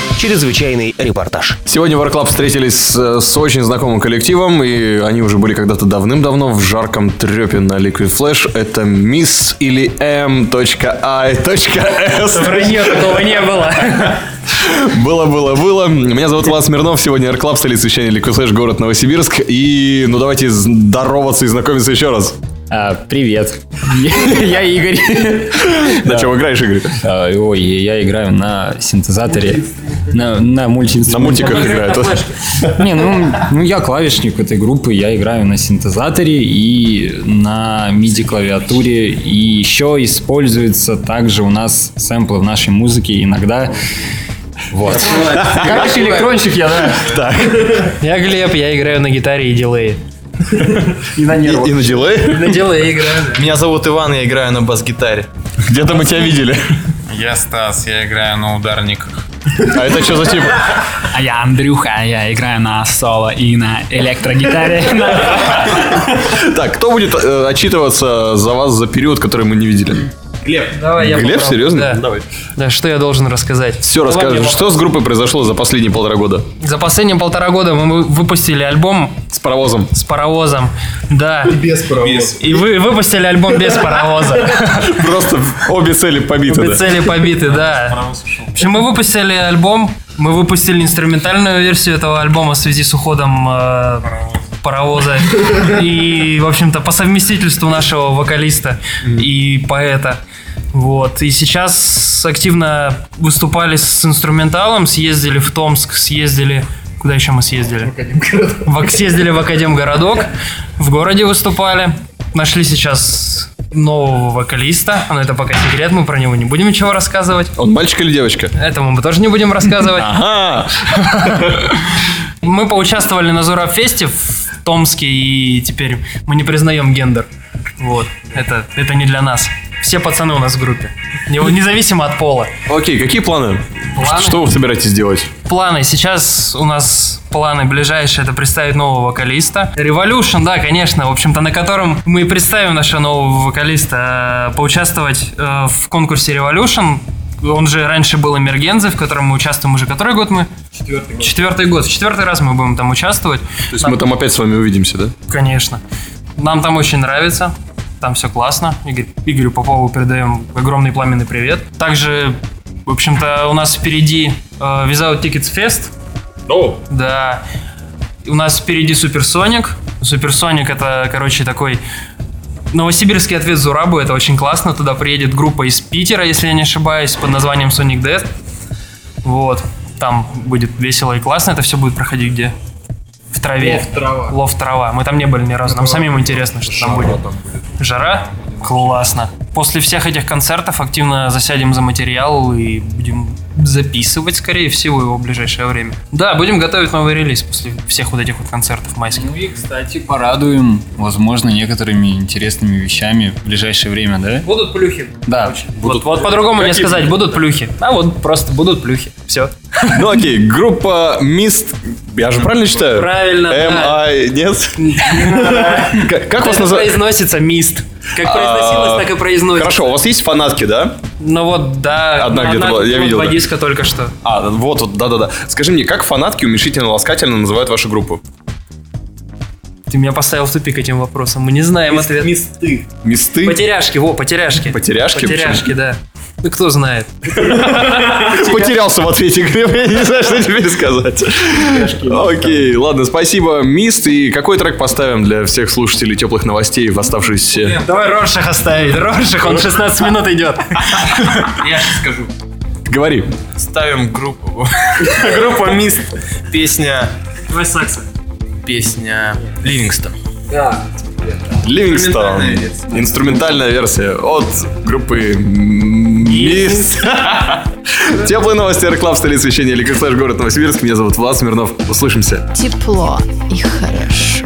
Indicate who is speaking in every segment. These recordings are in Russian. Speaker 1: Чрезвычайный репортаж.
Speaker 2: Сегодня в Art Club встретились э, с очень знакомым коллективом, и они уже были когда-то давным-давно в жарком трепе на Liquid Flash. Это Miss или M.I.S.
Speaker 3: Вранье такого не было.
Speaker 2: Было, было, было. Меня зовут Влад Смирнов. Сегодня Art Club, столица вещания Liquid Flash, город Новосибирск. И ну давайте здороваться и знакомиться еще раз.
Speaker 3: А, Привет. Я Игорь.
Speaker 2: На чем играешь, Игорь?
Speaker 3: А, Ой, я играю на синтезаторе. На, на
Speaker 2: На
Speaker 3: мультиинструментах.
Speaker 2: мультиках играет.
Speaker 3: Не, ну, ну я клавишник этой группы, я играю на синтезаторе и на MIDI-клавиатуре. И еще используется также у нас сэмплы в нашей музыке иногда. Вот. Как электронщик я, да.
Speaker 4: Я Глеб, я играю на гитаре и дилее.
Speaker 2: И и на дилей?
Speaker 4: На дилее играю.
Speaker 5: Меня зовут Иван, я играю на бас-гитаре.
Speaker 2: Где-то мы тебя видели.
Speaker 6: Я Стас, я играю на ударниках.
Speaker 2: А это что за тип?
Speaker 7: А я Андрюха, я играю на соло и на электрогитаре.
Speaker 2: Так, кто будет э, отчитываться за вас за период, который мы не видели?
Speaker 4: Давай, я
Speaker 2: Глеб,
Speaker 4: попробую.
Speaker 2: серьезно?
Speaker 4: Да.
Speaker 2: Давай.
Speaker 4: Да, что я должен рассказать?
Speaker 2: Все расскажешь. Что с группой произошло за последние полтора года?
Speaker 4: За последние полтора года мы вы- выпустили альбом
Speaker 2: С паровозом.
Speaker 4: с паровозом. Да.
Speaker 5: Без паровоз.
Speaker 4: И вы выпустили альбом без паровоза.
Speaker 2: Просто обе цели побиты.
Speaker 4: Обе
Speaker 2: да.
Speaker 4: цели побиты, да. В общем, мы выпустили альбом, мы выпустили инструментальную версию этого альбома в связи с уходом э, паровоза и, в общем-то, по совместительству нашего вокалиста и поэта. Вот. И сейчас активно выступали с инструменталом, съездили в Томск, съездили... Куда еще мы съездили? В, съездили в Академгородок, в городе выступали. Нашли сейчас нового вокалиста, но это пока секрет, мы про него не будем ничего рассказывать.
Speaker 2: Он мальчик или девочка?
Speaker 4: Этому мы тоже не будем рассказывать.
Speaker 2: Ага.
Speaker 4: Мы поучаствовали на Зурабфесте в Томске, и теперь мы не признаем гендер. Вот, это, это не для нас. Все пацаны у нас в группе. Не- Независимо от пола.
Speaker 2: Окей, какие планы?
Speaker 4: Планы?
Speaker 2: Что вы собираетесь делать?
Speaker 4: Планы. Сейчас у нас планы ближайшие это представить нового вокалиста. Revolution, да, конечно, в общем-то, на котором мы и представим нашего нового вокалиста э, поучаствовать э, в конкурсе Revolution. Он же раньше был Эмергензе, в котором мы участвуем уже который год мы? Четвертый год. Четвертый год. В четвертый раз мы будем там участвовать.
Speaker 2: То есть мы там опять с вами увидимся, да?
Speaker 4: Конечно. Нам там очень нравится. Там все классно. Игорь- Игорю Попову передаем огромный пламенный привет. Также, в общем-то, у нас впереди э, Without Tickets Fest. Да. И У нас впереди Суперсоник. Суперсоник это, короче, такой новосибирский ответ Зурабу. Это очень классно. Туда приедет группа из Питера, если я не ошибаюсь, под названием Sonic Death. Вот. Там будет весело и классно. Это все будет проходить где? В траве. Лов трава. Лов трава. Мы там не были ни разу. Нам самим интересно, что там будет. Жара? Классно. После всех этих концертов активно засядем за материал и будем записывать, скорее всего, его в ближайшее время. Да, будем готовить новый релиз после всех вот этих вот концертов майских.
Speaker 3: Ну и, кстати, порадуем, возможно, некоторыми интересными вещами в ближайшее время, да?
Speaker 4: Будут плюхи.
Speaker 3: Да.
Speaker 4: Вот, вот по-другому не сказать, будут плюхи. А вот просто будут плюхи. Все.
Speaker 2: Ну окей, группа Мист... Я же правильно читаю?
Speaker 4: Правильно, да.
Speaker 2: М.I. Нет? Как- Как вас называют?
Speaker 4: произносится мист. Как
Speaker 2: произносилось,
Speaker 4: произносилось,
Speaker 2: так
Speaker 4: так
Speaker 2: и
Speaker 4: и произносится.
Speaker 2: Хорошо, у вас есть фанатки, да?
Speaker 4: Ну вот, да.
Speaker 2: Одна
Speaker 4: ну,
Speaker 2: где-то была, я
Speaker 4: вот
Speaker 2: видел,
Speaker 4: Два
Speaker 2: да.
Speaker 4: диска только что.
Speaker 2: А, вот, вот, да-да-да. Скажи мне, как фанатки уменьшительно-ласкательно называют вашу группу?
Speaker 4: Ты меня поставил в тупик этим вопросом. Мы не знаем ответ.
Speaker 2: Мисты?
Speaker 4: Потеряшки, во, потеряшки.
Speaker 2: Потеряшки?
Speaker 4: Потеряшки, да. Ну кто знает.
Speaker 2: Потерялся в ответе, Глеб, я не знаю, что тебе сказать. Окей, ладно, спасибо, Мист. И какой трек поставим для всех слушателей теплых новостей в оставшиеся...
Speaker 4: Давай Рошах оставить. Рошах, он 16 минут идет.
Speaker 5: Я сейчас скажу.
Speaker 2: Говори.
Speaker 5: Ставим группу. Группа Мист. Песня...
Speaker 4: Давай саксы.
Speaker 5: Песня Ливингстон.
Speaker 2: Ливингстон.
Speaker 5: Инструментальная версия.
Speaker 2: Инструментальная версия от группы Мист. Теплые новости Аэроклаб, столица вещания Liquid Flash, город Новосибирск. Меня зовут Влад Смирнов. Услышимся.
Speaker 8: Тепло и хорошо.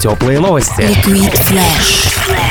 Speaker 9: Теплые новости.
Speaker 1: Liquid Flash.